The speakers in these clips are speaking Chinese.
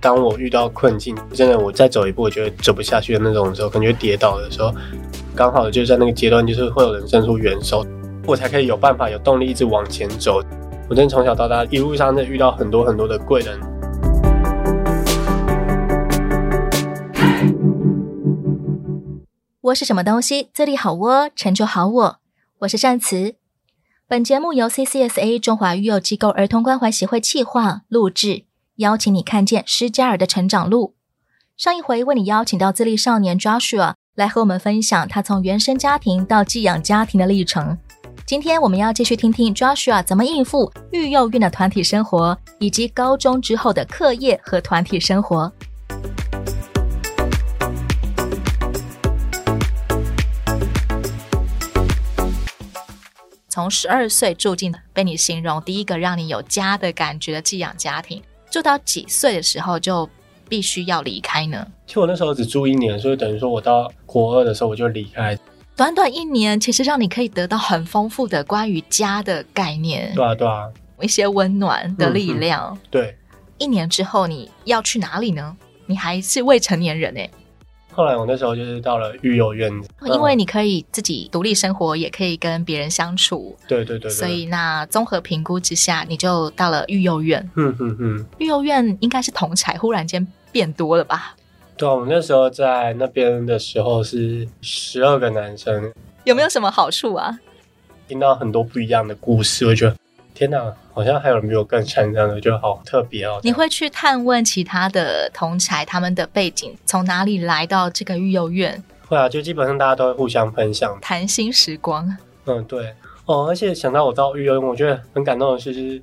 当我遇到困境，真的我再走一步，我觉得走不下去的那种时候，可能就跌倒的时候，刚好就在那个阶段，就是会有人伸出援手，我才可以有办法、有动力一直往前走。我真的从小到大一路上真的遇到很多很多的贵人。窝是什么东西？自立好窝，成就好我。我是善慈。本节目由 CCSA 中华育幼机构儿童关怀协会企划录制，邀请你看见施加尔的成长路。上一回为你邀请到自立少年 Joshua 来和我们分享他从原生家庭到寄养家庭的历程。今天我们要继续听听 Joshua 怎么应付育幼院的团体生活，以及高中之后的课业和团体生活。从十二岁住进被你形容第一个让你有家的感觉的寄养家庭，住到几岁的时候就必须要离开呢？其实我那时候只住一年，所以等于说我到国二的时候我就离开。短短一年，其实让你可以得到很丰富的关于家的概念，对啊，嗯对啊，一些温暖的力量。对。一年之后你要去哪里呢？你还是未成年人哎、后来我那时候就是到了育幼院，哦因为嗯你可以自己独立生活，也可以跟别人相处，对对对对，所以那综合评估之下，你就到了育幼院。嗯嗯嗯，育幼院应该是同才忽然间变多了吧？对啊，我那时候在那边的时候是十二个男生，有没有什么好处啊？听到很多不一样的故事，我觉得天哪，好像还有人比我更擅长的，就好特别哦。你会去探问其他的同才他们的背景，从哪里来到这个育幼院，会啊，就基本上大家都会互相分享。谈心时光。嗯，对哦，而且想到我到育幼院，我觉得很感动的是，就是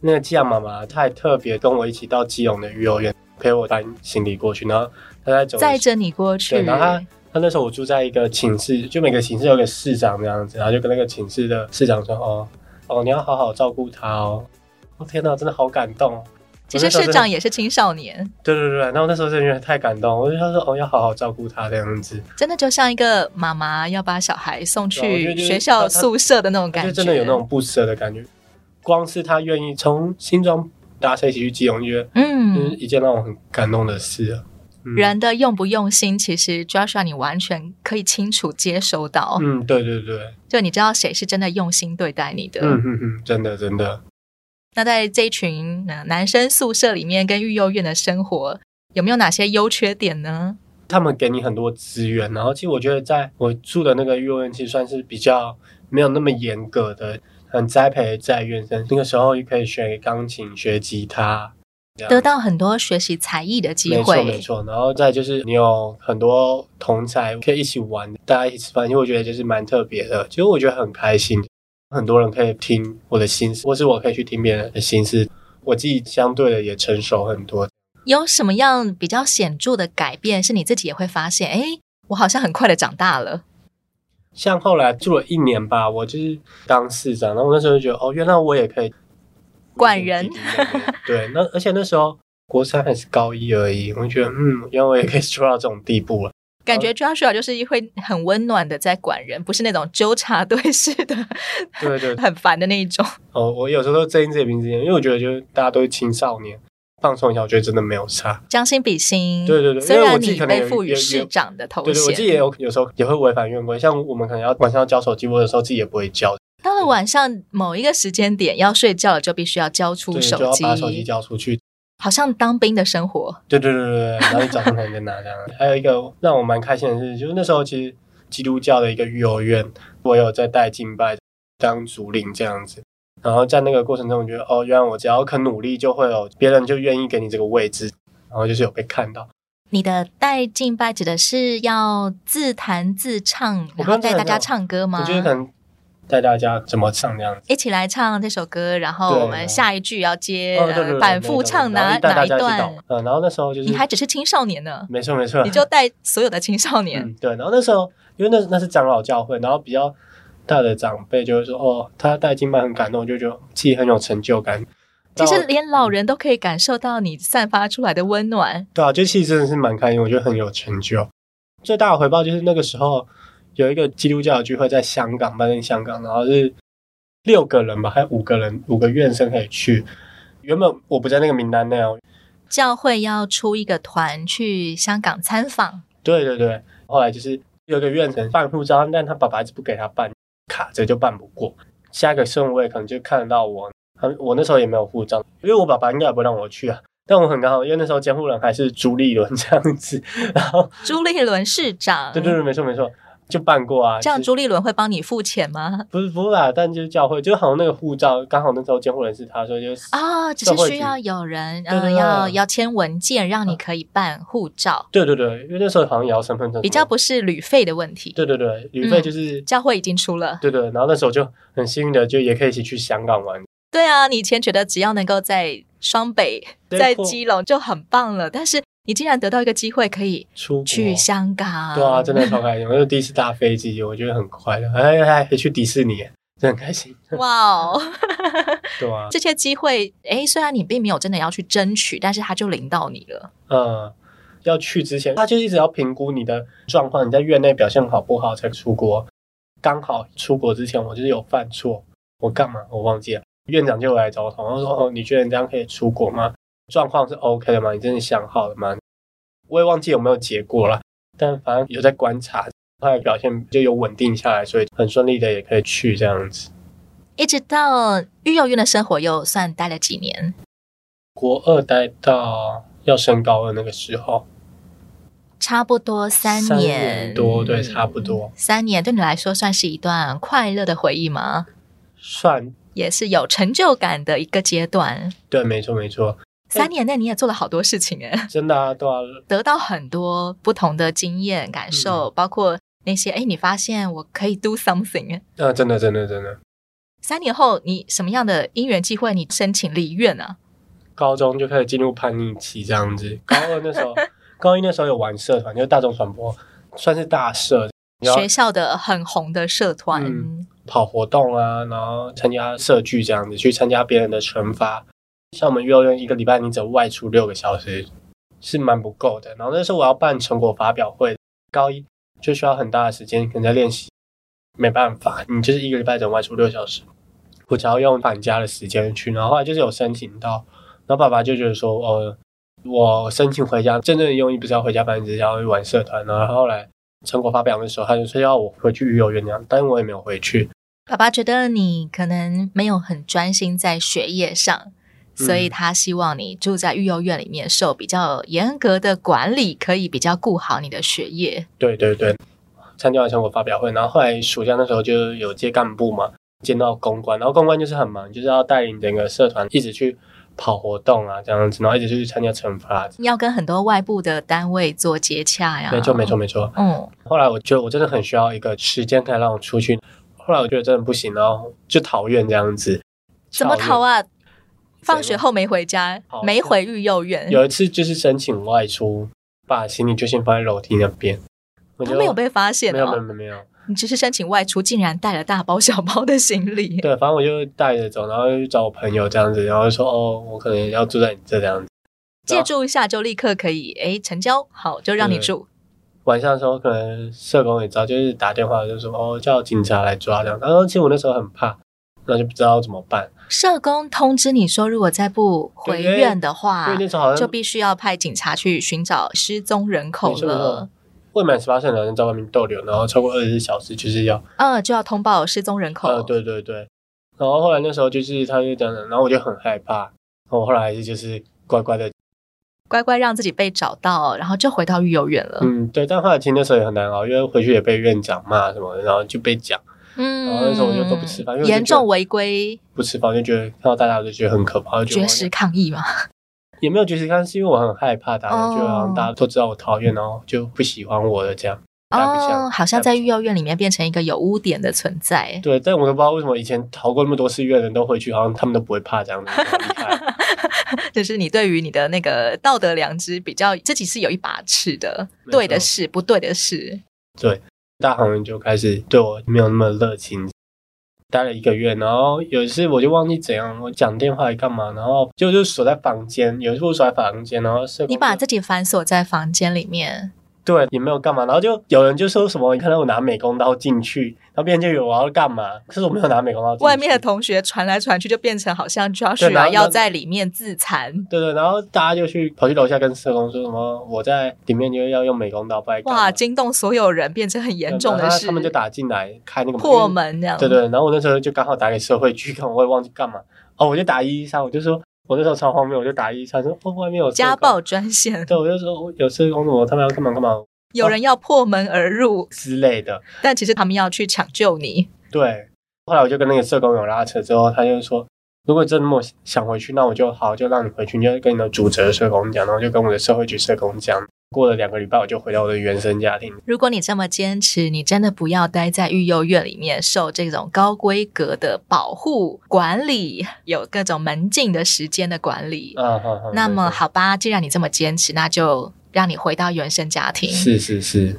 那个寄养妈妈，她还特别跟我一起到基隆的育幼院陪我搬行李过去，然后她在走的载着你过去对，然后他他那时候我住在一个寝室，就每个寝室有个室长这样子，然后就跟那个寝室的室长说：“哦哦，你要好好照顾他哦。”哦天哪，真的好感动哦！其实我那时候真市的长也是青少年，对对对，然后那时候真的觉得太感动，我就想说：“哦，要好好照顾他这样子。真的就像一个妈妈要把小孩送对啊我觉得去就是学校宿舍的那种”感就觉，真的有那种不舍的感觉。光是他愿意从新庄搭车一起去基隆，就觉得就是嗯。一件让我很感动的事啊。嗯人的用不用心，其实 Joshua 你完全可以清楚接收到，嗯，对对对，就你知道谁是真的用心对待你的。嗯嗯嗯，真的真的。那在这一群呃男生宿舍里面跟育幼院的生活，有没有哪些优缺点呢？他们给你很多资源，然后其实我觉得在我住的那个幼儿园，其实算是比较没有那么严格的，很栽培在院生。那个时候也可以学钢琴、学吉他，这样得到很多学习才艺的机没错没会，错。然后再就是你有很多同才可以一起玩，大家一起吃饭，其实我觉得就是蛮特别的。其实我觉得很开心，很多人可以听我的心思，或是我可以去听别人的心思，我自己相对的也成熟很多。有什么样比较显著的改变，是你自己也会发现？诶，我好像很快的长大了。像后来住了一年吧，我就是当市长，然后我那时候就觉得，哦，原来我也可以管人。 对，那而且那时候国三还是高一而已，我就觉得，嗯，原来我也可以做到这种地步了。感觉 Joshua 就是会很温暖的在管人，不是那种纠察队似的，对对，很烦的那一 种。哦，我有时候都睁一只眼闭一只眼，因为我觉得就是大家都是青少年，放松一下，我觉得真的没有差。将心比心，对对对虽因为我然自己你可能被有赋予有有市长的头对对，我衔，自己也有有时候也会违反院规，像我们可能要晚上要交手机，我有时候自己也不会交，到了晚上某一个时间点要睡觉了，就必须要交出对，手就要机，把手机交出去。好像当兵的生活。对对对对对，然后你早上才能拿这样。还有一个让我蛮开心的事，就是那时候其实基督教的一个育幼院，我有在带敬拜当主领这样子。然后在那个过程中，我觉得哦，原来我只要肯努力，就会有别人就愿意给你这个位置，然后就是有被看到。你的带敬拜指的是要自弹自唱，我然后刚才带大家有唱歌吗我？觉得可能带大家怎么唱这样子，一起来唱这首歌，然后对我们下一句要接，哦对对呃对，反复唱然后哪带哪大一家知段道。。嗯，然后那时候就是你还只是青少年 呢，没错没错，你就带所有的青少年。嗯，对。然后那时候，因为那那是长老教会，然后比较大的长辈就会说，哦，他带金麦很感动，我就觉得自己很有成就感。其然实后连老人都可以感受到你散发出来的温暖。对啊，就其实真的是蛮开心，我觉得很有成就。最大的回报就是那个时候有一个基督教的聚会在香港，办在香港，然后是六个人吧，还有五个人，五个院生可以去。原本我不在那个名单内哦，教会要出一个团去香港参访，对对对，后来就是有一个院长办护照，但他爸爸一直不给他办，卡着就办不过。下一个顺位可能就看得到我，嗯我那时候也没有护照，因为我爸爸应该也不会让我去啊。但我很刚好，因为那时候监护人还是朱立伦这样子， 然后朱立伦市长。对对对，没错没错，就办过啊。这样就是朱立伦会帮你付钱吗？不是不是啊，但就是教会，就好像那个护照，刚好那时候监护人是他，所以就是啊，只社是会需局要有人，对呃，对对嗯要要签文件，让你可以办护照，对对对，因为那时候好像也要身份证什么的，比较不是旅费的问题。对对对，旅费嗯就是、教会已经出了，对对，然后那时候就很幸运的，就也可以一起去香港玩。 对啊，你以前觉得只要能够在双北、对在或基隆就很棒了，但是你竟然得到一个机会可以出国去香港，对啊，真的超开心！我是第一次搭飞机，我觉得很快乐，还还还去迪士尼，真的很开心。 哇哦！ 对啊，这些机会，诶，虽然你并没有真的要去争取，但是它就临到你了。嗯，要去之前，他就一直要评估你的状况，你在院内表现好不好才出国。刚好出国之前，我就是有犯错，我干嘛我忘记了。院长就有来找我讨论，他说：“哦，你觉得你这样可以出国吗？状况是 OK 的吗？你真的想好了吗？”我也忘记有没有结果了，但反正有在观察，后来表现就有稳定下来，所以很顺利的也可以去这样子。一直到育幼院的生活又算待了几年，国二待到要升高二那个时候，差不多三三年年多对差不多三年对你来说算是一段快乐的回忆吗？算也是有成就感的一个阶段。对，没错没错，三年内你也做了好多事情诶，真的啊，对啊， 得到很多不同的经验感受，包括那些哎诶，你发现我可以 do something。哎那、呃真的真的真的，三年后，你什么样的因缘际会，你申请立院啊？高中就开始进入叛逆期这样子。高二那时候， 高一那时候有玩社团，就是大众传播，算是大社，你要学校的很红的社团，嗯跑活动啊，然后参加社剧这样子，去参加别人的惩罚。像我们幼儿园一个礼拜，你只外出六个小时是蛮不够的。然后那时候我要办成果发表会，高一就需要很大的时间，可能在练习，没办法，你就是一个礼拜只能外出六小时。我只要用返家的时间去，然后后来就是有申请到，然后爸爸就觉得说，呃，我申请回家真正的用意不是要回家办，只是要玩社团。然后后来成果发表的时候，他就说要我回去育幼园这样，但是我也没有回去。爸爸觉得你可能没有很专心在学业上，所嗯以他希望你住在育幼院里面，受比较严格的管理，可以比较顾好你的学业。对对对，参加完成果发表会，然后后来暑假那时候就有接干部嘛，见到公关，然后公关就是很忙，就是要带领整个社团一直去跑活动啊这样子，然后一直去参加惩罚。啊要跟很多外部的单位做接洽呀，没错没错，没错，嗯，后来我觉得我真的很需要一个时间可以让我出去。后来我觉得真的不行，然后就讨厌这样子。怎么逃厌？啊？放学后没回家好， 没回育幼院，有一次就是申请外出，把行李就先放在楼梯那边。我他就没有被发现没有没有哦。没有没有，你只是申请外出，竟然带了大包小包的行李。对，反正我就带着走，然后就找我朋友这样子，然后就说哦，我可能要住在你这这样子。借住一下就立刻可以，哎，成交，好，就让你对住。晚上的时候，可能社工也知道，就是打电话就说哦，叫警察来抓这样。然后其实我那时候很怕，那就不知道怎么办，社工通知你说，如果再不回院的因为话，那时候好像就必须要派警察去寻找失踪人口没错没了错。未满十八岁的人在外面逗留，然后超过二十四小时就是要呃，就要通报失踪人口。呃，对对对。然后后来那时候就是他就讲，然后我就很害怕，然后我后来还是就是乖乖的，乖乖让自己被找到，然后就回到育幼院了。嗯，对。但后来其实那时候也很难熬，因为回去也被院长骂什么的，然后就被讲嗯，然后那时候我就都不吃饭因为我就觉得严重违规，不吃饭，就觉得看到大家我就觉得很可怕，就觉得绝我食抗议嘛。也没有绝食抗议，是因为我很害怕大家，哦就好像大家都知道我讨厌，然后就不喜欢我了这样。大家不像啊好像在育幼院里面变成一个有污点的存在。对，但我都不知道为什么以前逃过那么多次院的人都回去，好像他们都不会怕 这样的，很厉害。 就是你对于你的那个道德良知比较自己是有一把尺的，没错对的事，不对的事。大行人就开始对我没有那么热情。待了一个月，然后有一次我就忘记怎样，我讲电话来干嘛，然后就就锁在房间。有一次我锁在房间，然后社工你把就自己反锁在房间里面，对，也没有干嘛。然后就有人就说什么，你看到我拿美工刀进去，然后别人就以为我要干嘛，可是我没有拿美工刀进去。外面的同学传来传去，就变成好像对然 Joshua 后要在里面自残。对对，然后大家就去跑去楼下跟社工说什么，我在里面就要用美工刀掰干嘛。哇，惊动所有人，变成很对严重然的后他事。他们就打进来开那个破。门这样。对对，然后我那时候就刚好打给社会局，可能我也忘记干嘛。哦，我就打一一三，我就说我那时候超荒谬，我就打一一三说哦外面有社家工。暴专线，对，我就说哦有社工什么，他们要干嘛干嘛有人要破门而入，之类的。但其实他们要去抢救你。对，后来我就跟那个社工有拉扯之后，他就说，如果真的那么想回去，那我就好，就让你回去，你就跟你的主责社工讲，然后就跟我的社会局社工讲。过了两个礼拜，我就回到我的原生家庭。如果你这么坚持，你真的不要待在育幼院里面受这种高规格的保护管理，有各种门禁的时间的管理。啊哈哈。那么对，好吧，既然你这么坚持，那就让你回到原生家庭对。是是是，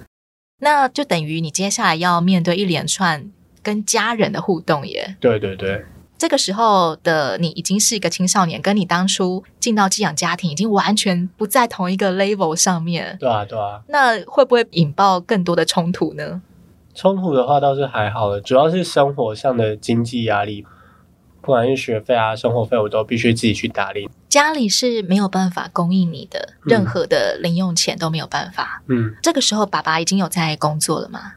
那就等于你接下来要面对一连串跟家人的互动耶。对对对这个时候的你已经是一个青少年，跟你当初进到寄养家庭已经完全不在同一个 level 上面，对啊对啊。那会不会引爆更多的冲突呢？冲突的话倒是还好了，主要是生活上的经济压力，不管是学费啊、生活费，我都必须自己去打理。家里是没有办法供应你的嗯任何的零用钱都没有办法。嗯，这个时候，爸爸已经有在工作了嘛？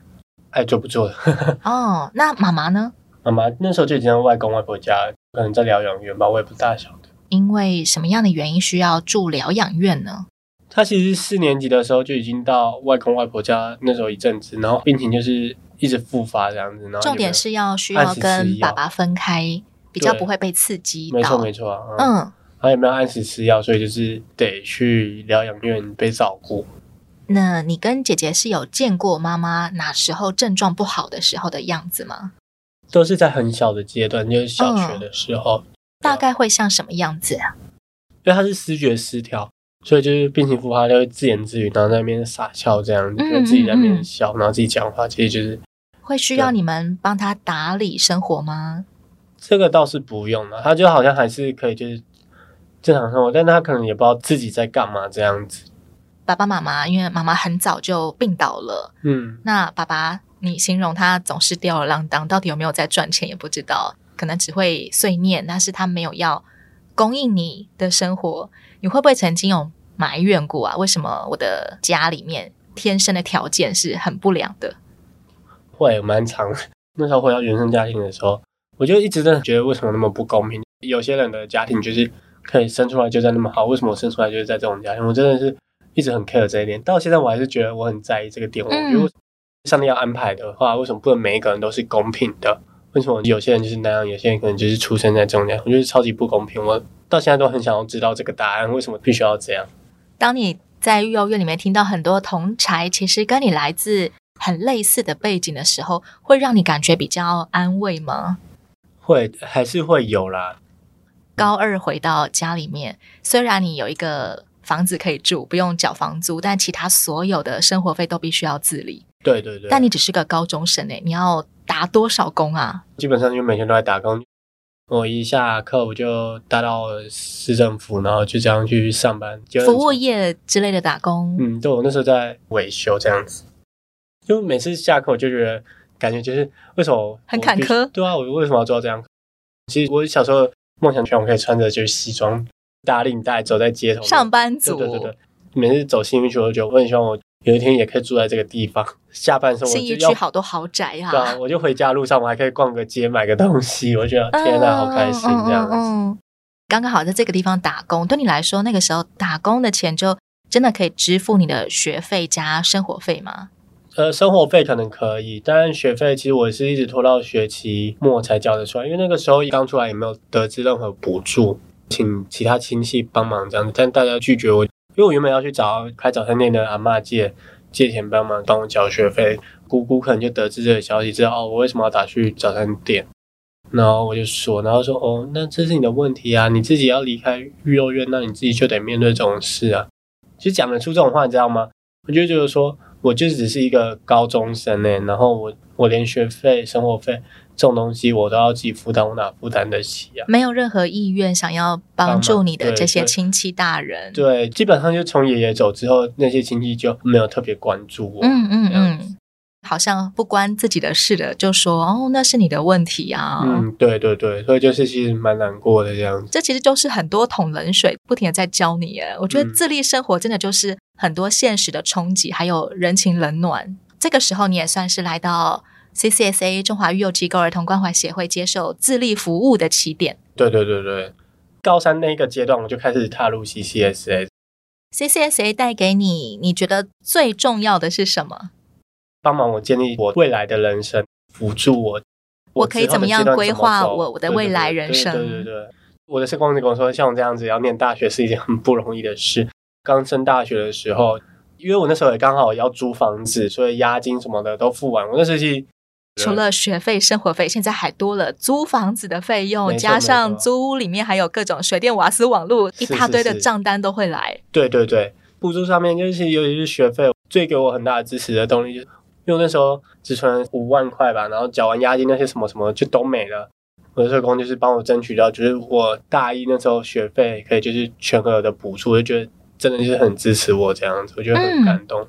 爱做不做了。哦，那妈妈呢？ 妈妈那时候就已经在外公外婆家，可能在疗养院吧，我也不大晓得。因为什么样的原因需要住疗养院呢？他其实四年级的时候就已经到外公外婆家那时候一阵子，然后病情就是一直复发这样子。然后重点是要需要按时吃跟药爸爸分开，比较对不会被刺激有没到。有没错没错啊，嗯，嗯，然后也没有按时吃药，所以就是得去疗养院被照顾。那你跟姐姐是有见过妈妈哪时候症状不好的时候的样子吗？都是在很小的阶段，就是小学的时候，大概会像什么样子啊？因为他是视觉失调，所以就是病情复发，他会自言自语，然后在那边傻笑这样，嗯就自己在那嗯嗯边笑，然后自己讲话，其实就是会需要对你们帮她打理生活吗？这个倒是不用了，他就好像还是可以就是正常生活，但他可能也不知道自己在干嘛这样子。爸爸妈妈，因为妈妈很早就病倒了，嗯，那爸爸，你形容他总是吊儿郎当，到底有没有在赚钱也不知道，可能只会碎念，但是他没有要供应你的生活，你会不会曾经有埋怨过啊？为什么我的家里面天生的条件是很不良的？会蛮长 的。那时候回到原生家庭的时候，我就一直在觉得为什么那么不公平？有些人的家庭就是可以生出来就在那么好，为什么我生出来就是在这种家庭？我真的是一直很 care 这一点，到现在我还是觉得我很在意这个点。我嗯觉得上帝要安排的话，为什么不能每一个人都是公平的？为什么有些人就是那样，有些人可能就是出生在这种家庭？我觉得超级不公平。我到现在都很想要知道这个答案，为什么必须要这样？当你在育幼院里面听到很多同才其实跟你来自很类似的背景的时候，会让你感觉比较安慰吗？会还是会有啦，高二回到家里面，虽然你有一个房子可以住，不用缴房租，但其他所有的生活费都必须要自理。对对对。但你只是个高中生诶、欸你要打多少工啊？基本上就每天都在打工。我一下课我就搭到市政府，然后就这样去上班。就服务业之类的打工，嗯，对我那时候在维修这样子，就每次下课我就觉得感觉就是为什么我很坎坷必须对啊，我为什么要做到这样？其实我小时候梦想全我可以穿着就是西装打领带走在街头上班对族对对对，每次走新运区，我就觉得我很希望我有一天也可以住在这个地方。下半生我信就义要区好多豪宅啊，对啊，我就回家路上我还可以逛个街买个东西，我觉得天哪，好开心这样嗯嗯子。嗯嗯刚刚好在这个地方打工，对你来说，那个时候打工的钱就真的可以支付你的学费加生活费吗？呃，生活费可能可以，但学费其实我是一直拖到学期末才交得出来，因为那个时候刚出来也没有得知任何补助，请其他亲戚帮忙这样子，但大家拒绝我，因为我原本要去找开早餐店的阿嬷借借钱帮忙帮我缴学费，姑姑可能就得知这个消息，知道哦我为什么要打去早餐店。然后我就说，然后说哦，那这是你的问题啊，你自己要离开育幼院，那你自己就得面对这种事啊。其实讲得出这种话，你知道吗？我就欸觉得说，我就只是一个高中生呢、然后我我连学费、生活费这种东西我都要自己负担，我哪负担得起啊？没有任何意愿想要帮助你的这些亲戚大人。对，基本上就从爷爷走之后，那些亲戚就没有特别关注我。嗯嗯这样嗯，好像不关自己的事的，就说哦，那是你的问题啊。嗯，对对对，所以就是其实蛮难过的这样子。这其实就是很多桶冷水不停的在教你耶。我觉得嗯自立生活真的就是很多现实的冲击，还有人情冷暖。这个时候你也算是来到 CCSA 中华育幼机构儿童关怀协会接受自立服务的起点。对对对对，高三那个阶段我就开始踏入 CCSA， CCSA 带给你，你觉得最重要的是什么？帮忙我建立我未来的人生，辅助我。我可以之后的怎么样阶段规怎么划走我我的对未对来对人对对生对对，我的社工一直跟我说，像我这样子要念大学是一件很不容易的事。刚升大学的时候，因为我那时候也刚好要租房子，所以押金什么的都付完。我那时候其实除了学费、生活费，现在还多了租房子的费没用，错加没上错租屋里面还有各种水电、瓦斯、网络，一是大是堆的是账单都会来。对对对，补助上面就是尤其是学费，最给我很大的支持的动力，就是因为那时候只存五万块吧，然后缴完押金那些什么什么就都没了。我的社工就是帮我争取到，就是我大一那时候学费可以就是全额的补助，我就觉得真的就是很支持我这样子，我觉得很感动。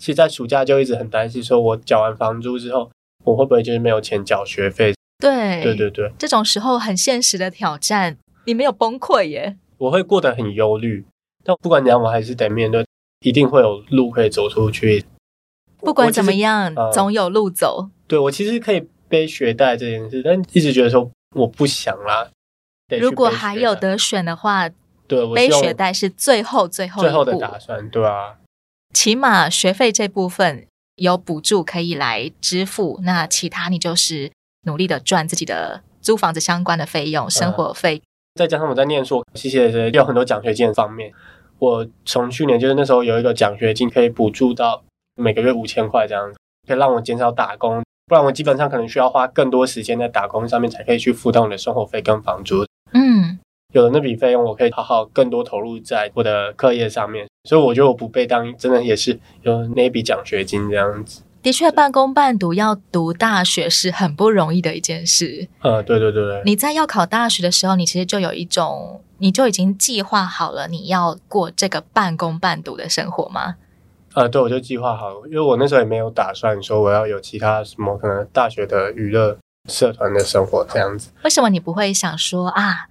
其实，在暑假就一直很担心，说我缴完房租之后，我会不会就是没有钱缴学费？对对对对，这种时候很现实的挑战，你没有崩溃耶。我会过得很忧虑，但不管怎样，我还是得面对，一定会有路可以走出去。不管我其怎实么样，呃总有路走。对我其实可以背学贷这件事，但一直觉得说我不想啦。得去如果背学还贷有得选的话，对，我背希望学贷是最后最后最后一的步，打算，对啊，起码学费这部分有补助可以来支付，那其他你就是努力的赚自己的租房子相关的费用、嗯生活费。再加上我在念书，其实也是有很多奖学金的方面。我从去年就是那时候有一个奖学金可以补助到每个月五千块这样子，可以让我减少打工，不然我基本上可能需要花更多时间在打工上面才可以去负担我的生活费跟房租。嗯，有了那笔费用，我可以好好更多投入在我的课业上面，所以我觉得我不被当真的也是有那一笔奖学金这样子。的确，半工半读要读大学是很不容易的一件事。呃，对对对对，你在要考大学的时候，你其实就有一种，你就已经计划好了你要过这个半工半读的生活吗？呃，对，我就计划好了，因为我那时候也没有打算说我要有其他什么可能大学的娱乐社团的生活这样子。为什么你不会想说啊，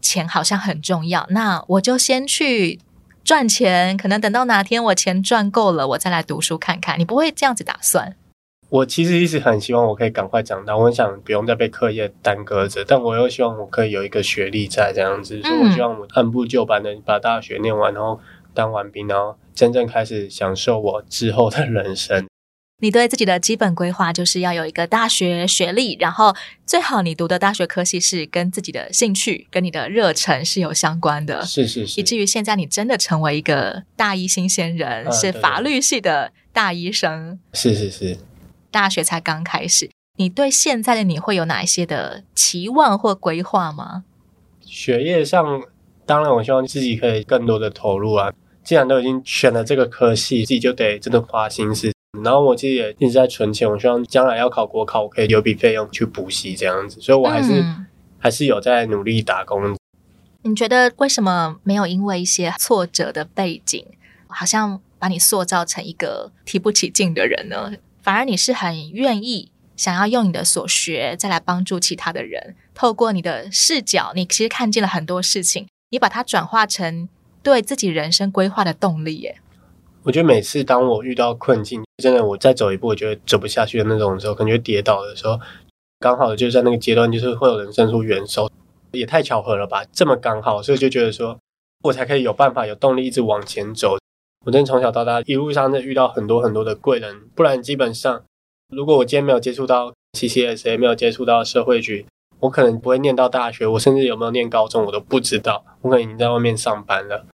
钱好像很重要，那我就先去赚钱，可能等到哪天我钱赚够了，我再来读书看看。你不会这样子打算？我其实一直很希望我可以赶快长大，我很想不用再被课业耽搁着，但我又希望我可以有一个学历在这样子，所以我嗯希望我按部就班的把大学念完，然后当完兵，然后真正开始享受我之后的人生。你对自己的基本规划就是要有一个大学学历，然后最好你读的大学科系是跟自己的兴趣、跟你的热忱是有相关 的。是是是，以至于现在你真的成为一个大一新鲜人，嗯是对法对律系的大医生，是是是，大学才刚开始。你对现在的你会有哪一些的期望或规划吗？学业上当然我希望自己可以更多的投入啊。既然都已经选了这个科系，自己就得真的花心思。然后我自己也一直在存钱，我希望将来要考国考，我可以留笔费用去补习这样子。所以我还是、嗯还是有在努力打工。你觉得为什么没有因为一些挫折的背景，好像把你塑造成一个提不起劲的人呢？反而你是很愿意想要用你的所学再来帮助其他的人，透过你的视角，你其实看见了很多事情，你把它转化成对自己人生规划的动力耶。我觉得每次当我遇到困境，真的我再走一步，我觉得走不下去的那种时候，感觉跌倒的时候，刚好就是在那个阶段，就是会有人伸出援手，也太巧合了吧，这么刚好，所以就觉得说我才可以有办法、有动力一直往前走。我真的从小到大一路上是遇到很多很多的贵人，不然基本上，如果我今天没有接触到 CCSA，没有接触到社会局，我可能不会念到大学，我甚至有没有念高中我都不知道，我可能已经在外面上班了。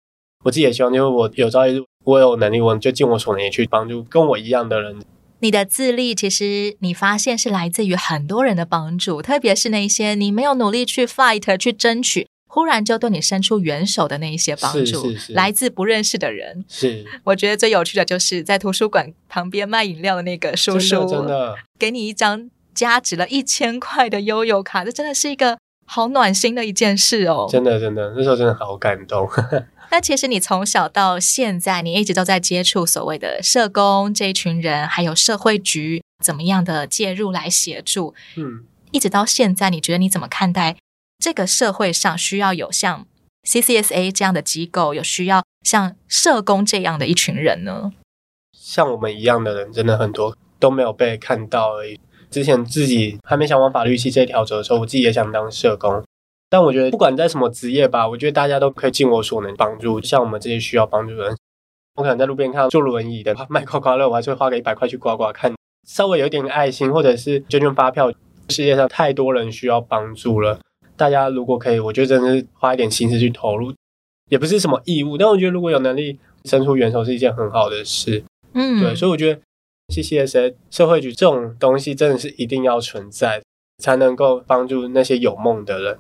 我自己也希望，就是我有朝一日我有能力，我就尽我所能也去帮助跟我一样的人。你的自立，其实你发现是来自于很多人的帮助，特别是那一些你没有努力去 fight 去争取，忽然就对你伸出援手的那一些帮助，是是是来自不认识的人。是，我觉得最有趣的就是在图书馆旁边卖饮料的那个叔真的叔，真的，给你一张加值了一千块的悠游卡，这真的是一个好暖心的一件事哦。真的真的，那时候真的好感动。 那其实你从小到现在，你一直都在接触所谓的社工这一群人，还有社会局怎么样的介入来协助，嗯，一直到现在，你觉得你怎么看待这个社会上需要有像 CCSA 这样的机构，有需要像社工这样的一群人呢？像我们一样的人真的很多都没有被看到而已。之前自己还没想往法律系这条走的时候，我自己也想当社工，但我觉得不管在什么职业吧，我觉得大家都可以尽我所能帮助，像我们这些需要帮助的人。我可能在路边看到坐轮椅的卖刮刮乐，我还是会花个一百块去刮刮看，稍微有点爱心或者是捐捐发票。世界上太多人需要帮助了，大家如果可以，我觉得真的是花一点心思去投入，也不是什么义务，但我觉得如果有能力伸出援手是一件很好的事。嗯，对，所以我觉得 CCSA 社会局这种东西真的是一定要存在，才能够帮助那些有梦的人。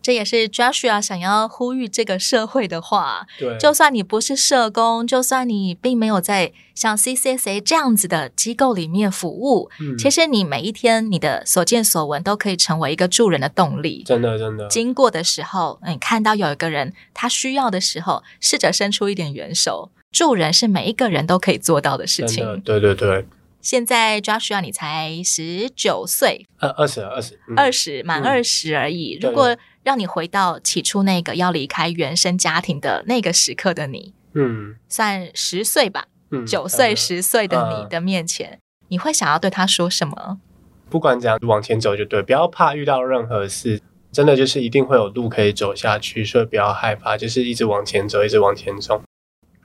这也是 Joshua 想要呼吁这个社会的话。对，就算你不是社工，就算你并没有在像 CCSA 这样子的机构里面服务，嗯其实你每一天你的所见所闻都可以成为一个助人的动力。真的真的，经过的时候，嗯你看到有一个人他需要的时候，试着伸出一点援手。助人是每一个人都可以做到的事真的，情。对对对，现在 Joshua 你才十九岁，呃二二十二十二十，十满嗯二十而已。对如果让你回到起初那个要离开原生家庭的那个时刻的你，嗯算十岁吧，嗯，九岁、时，十岁的你嗯的面前，你会想要对他说什么？不管怎样往前走就对，不要怕遇到任何事。真的就是一定会有路可以走下去，所以不要害怕，就是一直往前走，一直往前走。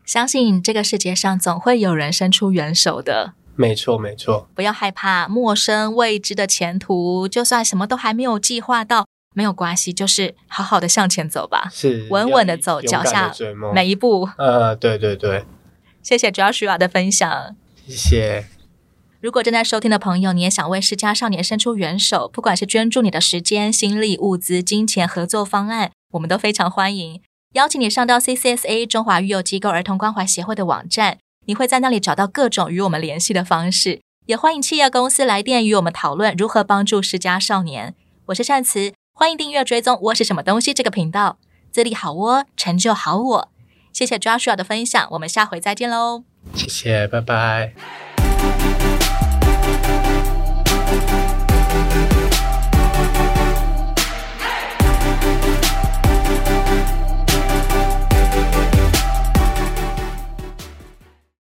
相信这个世界上总会有人伸出援手的。没错，没错，不要害怕陌生未知的前途，就算什么都还没有计划到，没有关系，就是好好的向前走吧，是稳稳地要走勇敢地脚下追梦。每一步。呃，对对对，谢谢 Joshua 的分享。谢谢，如果正在收听的朋友，你也想为世家少年伸出援手，不管是捐助你的时间、心力、物资、金钱合作方案，我们都非常欢迎。邀请你上到 CCSA 中华育幼机构儿童关怀协会的网站，你会在那里找到各种与我们联系的方式。也欢迎企业公司来电与我们讨论如何帮助世家少年。我是善慈，欢迎订阅追踪“我是什么东西”这个频道，自立好我，成就好我。谢谢 Joshua 的分享，我们下回再见喽。谢谢，拜拜。